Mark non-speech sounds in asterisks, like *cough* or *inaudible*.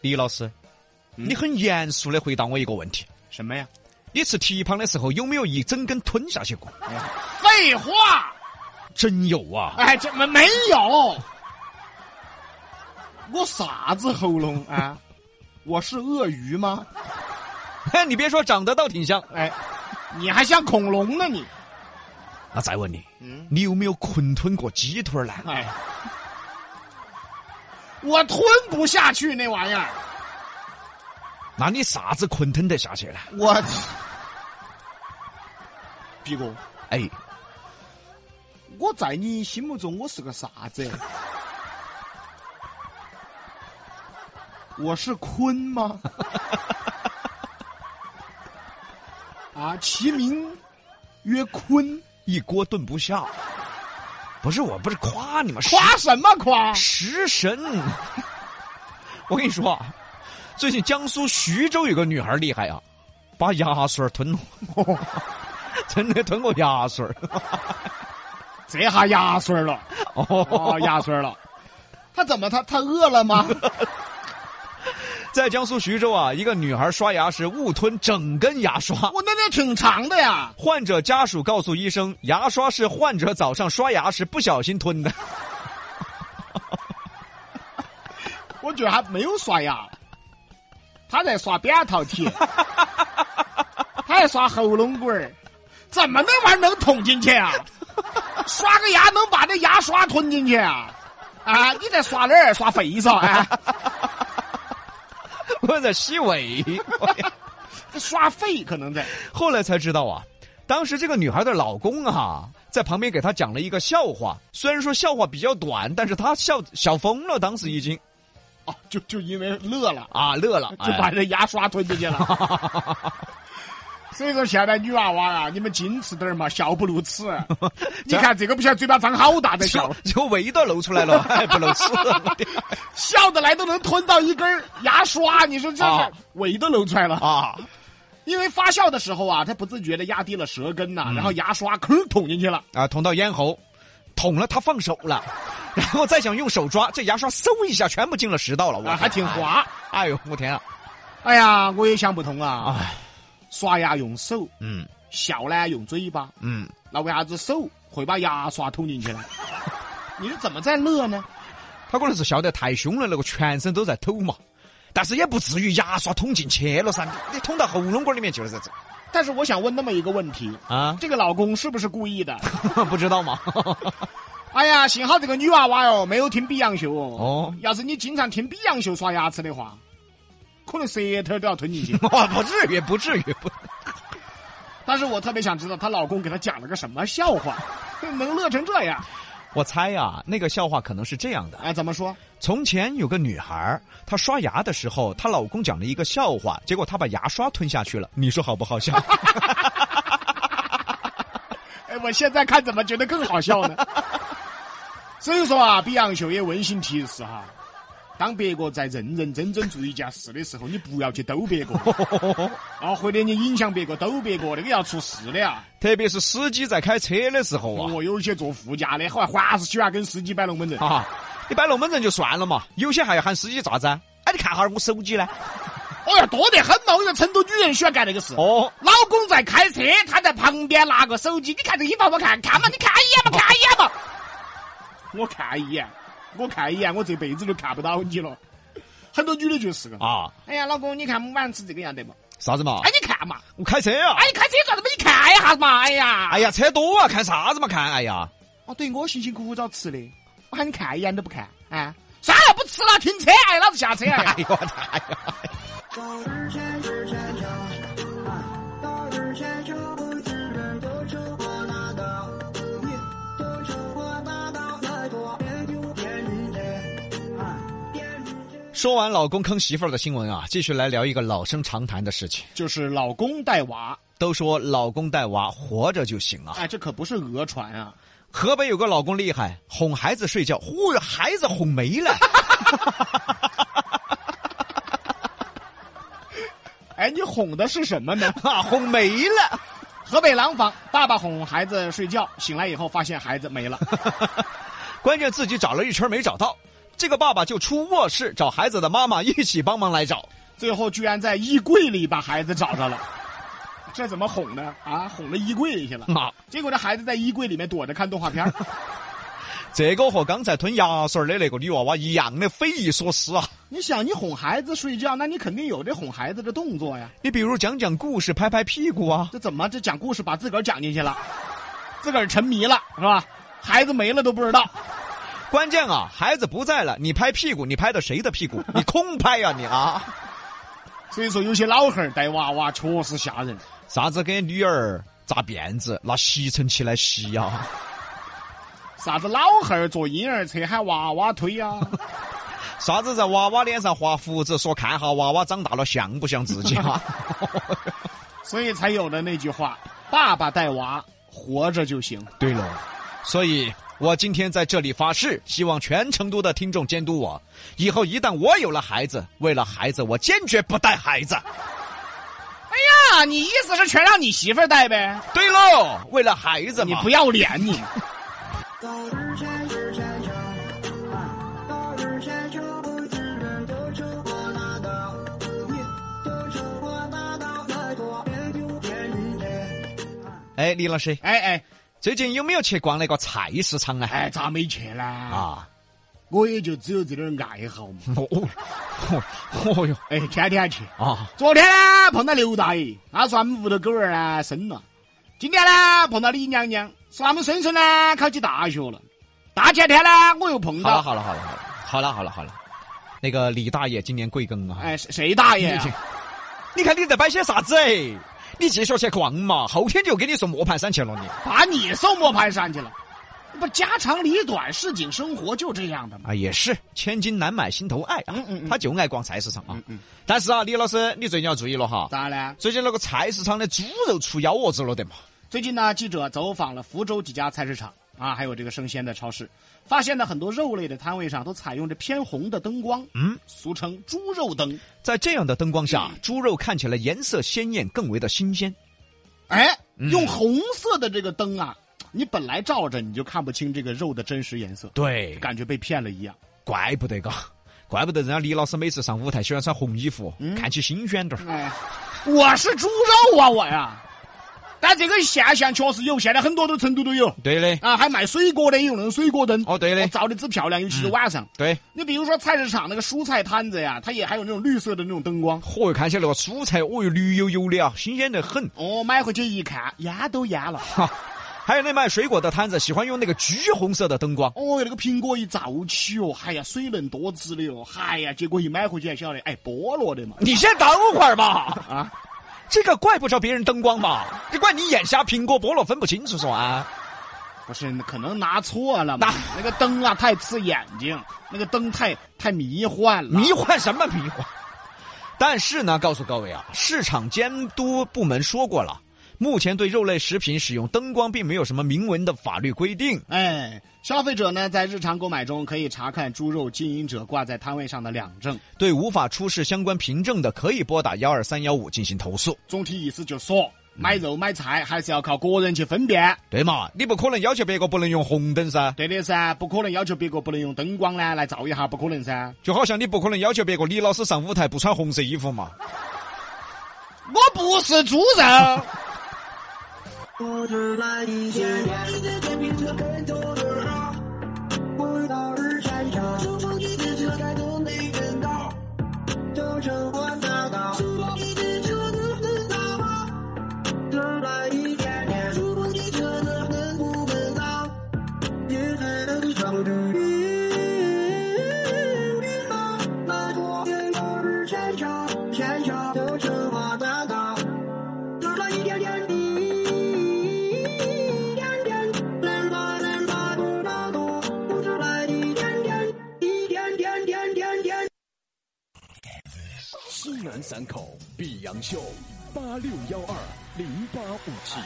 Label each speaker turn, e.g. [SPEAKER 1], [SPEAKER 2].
[SPEAKER 1] 李老师，你很严肃的回答我一个问题：
[SPEAKER 2] 什么呀？
[SPEAKER 1] 你吃蹄膀的时候有没有一整根吞下去过？
[SPEAKER 2] 废话！
[SPEAKER 1] 真有
[SPEAKER 2] *laughs*
[SPEAKER 1] 啊！
[SPEAKER 2] 哎，这没没有，我啥子喉咙啊？我是鳄鱼吗？
[SPEAKER 1] 哎，你别说，长得倒挺像。
[SPEAKER 2] 哎，你还像恐龙呢你？
[SPEAKER 1] 那再问你，
[SPEAKER 2] 嗯，
[SPEAKER 1] 你有没有困吞过鸡腿儿呢？
[SPEAKER 2] 哎，我吞不下去那玩意儿，
[SPEAKER 1] 那你啥子困吞得下去呢？
[SPEAKER 2] 我。 *laughs* 逼哥，
[SPEAKER 1] 哎，
[SPEAKER 2] 我在你心目中我是个啥子？ *laughs* 我是鲲 *laughs* 吗？啊，其名曰鲲，
[SPEAKER 1] 一锅炖不下。不是，我不是夸你们，是
[SPEAKER 2] 夸什么夸？
[SPEAKER 1] 食神。 *laughs* 我跟你说啊，最近江苏徐州有个女孩厉害啊，把牙水儿吞了， *laughs* 真的吞过牙水儿。
[SPEAKER 2] 这下牙酸了，哦，牙酸了。他怎么？他他饿了 *laughs* 吗？
[SPEAKER 1] 在江苏徐州啊，一个女孩刷牙时误吞整根牙刷。
[SPEAKER 2] 我那那挺长的呀。
[SPEAKER 1] 患者家属告诉医生，牙刷是患者早上刷牙时不小心吞的。
[SPEAKER 2] 我觉得还没有刷牙，他在刷扁桃体，他在刷喉咙管儿，怎么那玩意儿能捅进去啊？刷个牙能把那牙刷吞进去啊？啊，你在刷哪儿？刷肺上啊？
[SPEAKER 1] 我在吸尾。
[SPEAKER 2] 这刷肺可能在。
[SPEAKER 1] 后来才知道啊，当时这个女孩的老公啊，在旁边给她讲了一个笑话。虽然说笑话比较短，但是她笑笑疯了，当时已经
[SPEAKER 2] 哦，就就因为乐了，
[SPEAKER 1] 啊乐了，
[SPEAKER 2] 就把
[SPEAKER 1] 哎
[SPEAKER 2] 这牙刷吞进去了。所以说现在女娃娃啊，你们矜持点儿嘛，笑不露齿。你看这个不晓得嘴巴张好大在笑
[SPEAKER 1] 就，就味道露出来了，哎、不露齿了。
[SPEAKER 2] *laughs*
[SPEAKER 1] 我的
[SPEAKER 2] 笑得来都能吞到一根儿牙刷，你说这
[SPEAKER 1] 啊
[SPEAKER 2] 是尾都露出来了啊！
[SPEAKER 1] 啊，
[SPEAKER 2] 因为发酵的时候啊，他不自觉的压低了舌根呐、然后牙刷吭捅进去了，
[SPEAKER 1] 啊，捅到咽喉，捅了他放手了，然后再想用手抓，这牙刷嗖一下全部进了食道了，我、
[SPEAKER 2] 啊，还挺。滑。
[SPEAKER 1] 哎呦，我天啊！
[SPEAKER 2] 哎呀，我也想不通啊，
[SPEAKER 1] 哎，
[SPEAKER 2] 刷牙用手，
[SPEAKER 1] 嗯
[SPEAKER 2] 笑呢用嘴巴，
[SPEAKER 1] 嗯，
[SPEAKER 2] 那为啥子手会把牙刷捅进去 *laughs* 呢？你是怎么在乐呢？
[SPEAKER 1] 他可能是笑得太凶了，那个全身都在抖嘛。但是也不至于牙刷捅进去了噻，你你捅到喉咙管里面去了噻，这
[SPEAKER 2] 但是我想问那么一个问题，
[SPEAKER 1] 啊，
[SPEAKER 2] 这个老公是不是故意 *laughs* 的？
[SPEAKER 1] *laughs* 不知道
[SPEAKER 2] *laughs*
[SPEAKER 1] 吗？
[SPEAKER 2] 哎呀，幸好这个女娃娃哟没有听比洋秀哦。
[SPEAKER 1] 哦，。
[SPEAKER 2] 要是你经常听比洋秀刷牙齿的话，可能舌头都要吞进去
[SPEAKER 1] 我不至于，不至于，不， *laughs*
[SPEAKER 2] 但是我特别想知道她老公给她讲了个什么笑话，能乐成这样？
[SPEAKER 1] 我猜呀、那个笑话可能是这样的：
[SPEAKER 2] 哎，怎么说？
[SPEAKER 1] 从前有个女孩儿，她刷牙的时候，她老公讲了一个笑话，结果她把牙刷吞下去了。你说好不好笑？ *laughs*
[SPEAKER 2] 哎，我现在看怎么觉得更好笑呢？ *laughs* 所以说啊，比洋秀也温馨提示哈，当别个在认认真真做一件事的时候，你不要去兜别个啊，或者你影响别个兜别个，那个要出事的啊。
[SPEAKER 1] 特别是司机在开车的时候啊，
[SPEAKER 2] 我有些坐副驾的，还还是喜欢跟司机摆龙门阵。
[SPEAKER 1] 啊，你摆龙门阵就算了嘛，有些还要喊司机咋子啊？哎，你看哈儿我手机呢？
[SPEAKER 2] 哦呀，多得很嘛！我跟你说，成都女人喜欢干那个事。
[SPEAKER 1] 哦，
[SPEAKER 2] 老公在开车，他在旁边拿个手机，你看这衣服不看看嘛？你看一眼嘛，看一眼嘛。我看一眼，我看一眼，我这辈子都看不到你了。很多女的就是个。
[SPEAKER 1] 啊，
[SPEAKER 2] 哎呀，老公，你看我们晚上吃这个样得嘛？
[SPEAKER 1] 啥子嘛？
[SPEAKER 2] 哎，你看嘛，
[SPEAKER 1] 我开车啊！
[SPEAKER 2] 哎，你开车咋子嘛？你看一下嘛，哎呀，
[SPEAKER 1] 哎呀，车多啊，看啥子嘛看？哎呀， *laughs*
[SPEAKER 2] 哦，对我辛辛苦苦找吃的，我喊你看一眼都不看，啊，算了，不吃了，停车，哎，老子下车哎呀
[SPEAKER 1] 哎呦我的哎呀！
[SPEAKER 3] 朝日山是山上，啊，到日山上不去人都吃过那道，你都吃过那道菜多，别就别你这，啊，别你这。
[SPEAKER 1] 说完老公坑媳妇儿的新闻啊，继续来聊一个老生常谈的事情。
[SPEAKER 2] *laughs* 就是老公带娃，
[SPEAKER 1] 都说老公带娃活着就行啊。
[SPEAKER 2] 哎，这可不是讹传啊。
[SPEAKER 1] 河北有个老公厉害，哄孩子睡觉，忽悠孩子哄没了。
[SPEAKER 2] 哎，你哄的是什么呢？
[SPEAKER 1] 啊，哄没了。
[SPEAKER 2] 河北廊坊，爸爸哄孩子睡觉，醒来以后发现孩子没了。 *laughs*
[SPEAKER 1] 关键自己找了一圈没找到，这个爸爸就出卧室找孩子的妈妈一起帮忙来找。
[SPEAKER 2] 最后居然在衣柜里把孩子找着了，这怎么哄的啊？哄到衣柜里去了，
[SPEAKER 1] 妈，
[SPEAKER 2] 结果这孩子在衣柜里面躲着看动画片儿。 *laughs*
[SPEAKER 1] 这个和刚才吞牙水儿的那个女娃娃一样的匪夷所思啊！
[SPEAKER 2] 你想，你哄孩子睡觉，那你肯定有这哄孩子的动作呀。
[SPEAKER 1] 你比如讲讲故事，拍拍屁股啊，
[SPEAKER 2] 这怎么这讲故事把自个儿讲进去了，自个儿沉迷了是吧？孩子没了都不知道。
[SPEAKER 1] 关键啊，孩子不在了，你拍屁股，你拍的谁的屁股？你空拍呀、你啊！
[SPEAKER 2] 所以说，有些老汉儿带娃娃确实吓人。
[SPEAKER 1] 啥子给女儿扎辫子，拿吸尘器来吸啊呀、
[SPEAKER 2] 啥子老汉儿坐婴儿车喊娃娃推啊呀、
[SPEAKER 1] 啥子在娃娃脸上画胡子，说看哈娃娃长大了像不像自己啊？
[SPEAKER 2] 所以才有了那句话：爸爸带娃，活着就行。
[SPEAKER 1] 对了，所以我今天在这里发誓，希望全成都的听众监督我，以后一旦我有了孩子，为了孩子，我坚决不带孩子。
[SPEAKER 2] 哎呀，你意思是全让你媳妇儿带呗？
[SPEAKER 1] 对喽，为了孩子
[SPEAKER 2] 你
[SPEAKER 1] 嘛，
[SPEAKER 2] 不要脸你！
[SPEAKER 3] 到日前日前就，啊，到日前就不自然都是我拿到，你都是我拿到，太多研究天的。
[SPEAKER 1] 哎，李老师，
[SPEAKER 2] *laughs* 哎哎
[SPEAKER 1] 最近有没有去逛那个菜市场呢？
[SPEAKER 2] 哎，咋没去呢？啊，
[SPEAKER 1] 啊，
[SPEAKER 2] 我也就只有这点爱好嘛。
[SPEAKER 1] 哦哦哦哦哟
[SPEAKER 2] 哎，天天去。
[SPEAKER 1] 啊，
[SPEAKER 2] 昨天呢碰到刘大爷，他说俺们屋头狗儿呢生了。今天呢碰到李娘娘，说俺们孙孙呢考起大学了。大前天呢我又碰
[SPEAKER 1] 好了
[SPEAKER 2] 到，
[SPEAKER 1] 好了好了好了好了好了，那个李大爷今年贵庚啊？
[SPEAKER 2] 哎谁谁大爷、
[SPEAKER 1] 你
[SPEAKER 2] 啊
[SPEAKER 1] 去？你看你在摆些啥子哎？你继续去逛嘛，后天就给你送磨盘山去了你。
[SPEAKER 2] 把你送磨盘山去了？不家长里短，市井生活就这样的嘛。
[SPEAKER 1] 啊，也是，千金难买心头爱啊，
[SPEAKER 2] 嗯嗯嗯
[SPEAKER 1] 他就爱逛菜市场啊。
[SPEAKER 2] 嗯嗯
[SPEAKER 1] 但是啊，李老师，你最近要注意了哈，
[SPEAKER 2] 咋了？
[SPEAKER 1] 最近那个菜市场的猪肉出幺蛾子了的嘛。
[SPEAKER 2] 最近呢，记者走访了福州几家菜市场啊，还有这个生鲜的超市，发现呢很多肉类的摊位上都采用着偏红的灯光，
[SPEAKER 1] 嗯，
[SPEAKER 2] 俗称猪肉灯。
[SPEAKER 1] 在这样的灯光
[SPEAKER 2] 嗯
[SPEAKER 1] 下，猪肉看起来颜色鲜艳，更为的新鲜。
[SPEAKER 2] 哎，
[SPEAKER 1] 嗯
[SPEAKER 2] 用红色的这个灯啊，你本来照着你就看不清这个肉的真实颜色，
[SPEAKER 1] 对，
[SPEAKER 2] 感觉被骗了一样。
[SPEAKER 1] 怪不得嘎，怪不得人家李老师每次上舞台喜欢穿红衣服，
[SPEAKER 2] 嗯
[SPEAKER 1] 看起新鲜点儿。
[SPEAKER 2] 哎，我是猪肉啊，我呀。但这个现象确实有，现在很多都成都都有
[SPEAKER 1] 对的，
[SPEAKER 2] 啊，还卖水果的有那种水果灯，
[SPEAKER 1] 哦对
[SPEAKER 2] 我
[SPEAKER 1] 的，嗯
[SPEAKER 2] 照的只漂亮，尤其是晚上。
[SPEAKER 1] 对。
[SPEAKER 2] 你比如说菜市场那个蔬菜摊子呀，它也还有那种绿色的那种灯光。
[SPEAKER 1] 嚯哟，看起来那个蔬菜，哦哟，绿油油的啊，新鲜得很。
[SPEAKER 2] 哦，买回去一看，烟都烟了。
[SPEAKER 1] 哈，还有那卖水果的摊子喜欢用那个橘红色的灯光。
[SPEAKER 2] 哦，那个苹果一照起哦，哎呀，水嫩多汁的哦，哎呀，结果一买回去还晓得，哎，菠萝的嘛。
[SPEAKER 1] 你先等会儿吧，
[SPEAKER 2] 啊，
[SPEAKER 1] 这个怪不着别人灯光吧？这怪你眼瞎，苹果菠萝分不清楚说啊？
[SPEAKER 2] 不是，可能拿错了嘛。那个灯啊，太刺眼睛，那个灯太太迷幻了。
[SPEAKER 1] 迷幻什么迷幻？但是呢，告诉各位啊，市场监督部门说过了，目前对肉类食品使用灯光并没有什么明文的法律规定。
[SPEAKER 2] 哎，消费者呢，在日常购买中可以查看猪肉经营者挂在摊位上的两证。
[SPEAKER 1] 对无法出示相关凭证的，可以拨打幺二三幺五进行投诉，
[SPEAKER 2] 总体意思就是说，买肉买菜还是要靠个人去分辨。
[SPEAKER 1] 对嘛？你不可能要求别个不能用红灯噻，
[SPEAKER 2] 对的噻，不可能要求别个不能用灯光呢来照一下，不可能噻。
[SPEAKER 1] 就好像你不可能要求别个李老师上舞台不穿红色衣服嘛。
[SPEAKER 2] 我不是猪肉。
[SPEAKER 3] 我只来一些甜的煎饼车跟着我绕，回到日山上，厨房一直车开动没人到，都成我拿到，厨房一直车能能到吗？只来一点点，厨房一直车能不能到？也还能上路。那昨天都是天上，天上都成我拿到，只来一点点。
[SPEAKER 4] 西南散口碧阳秀八六幺二零八五七。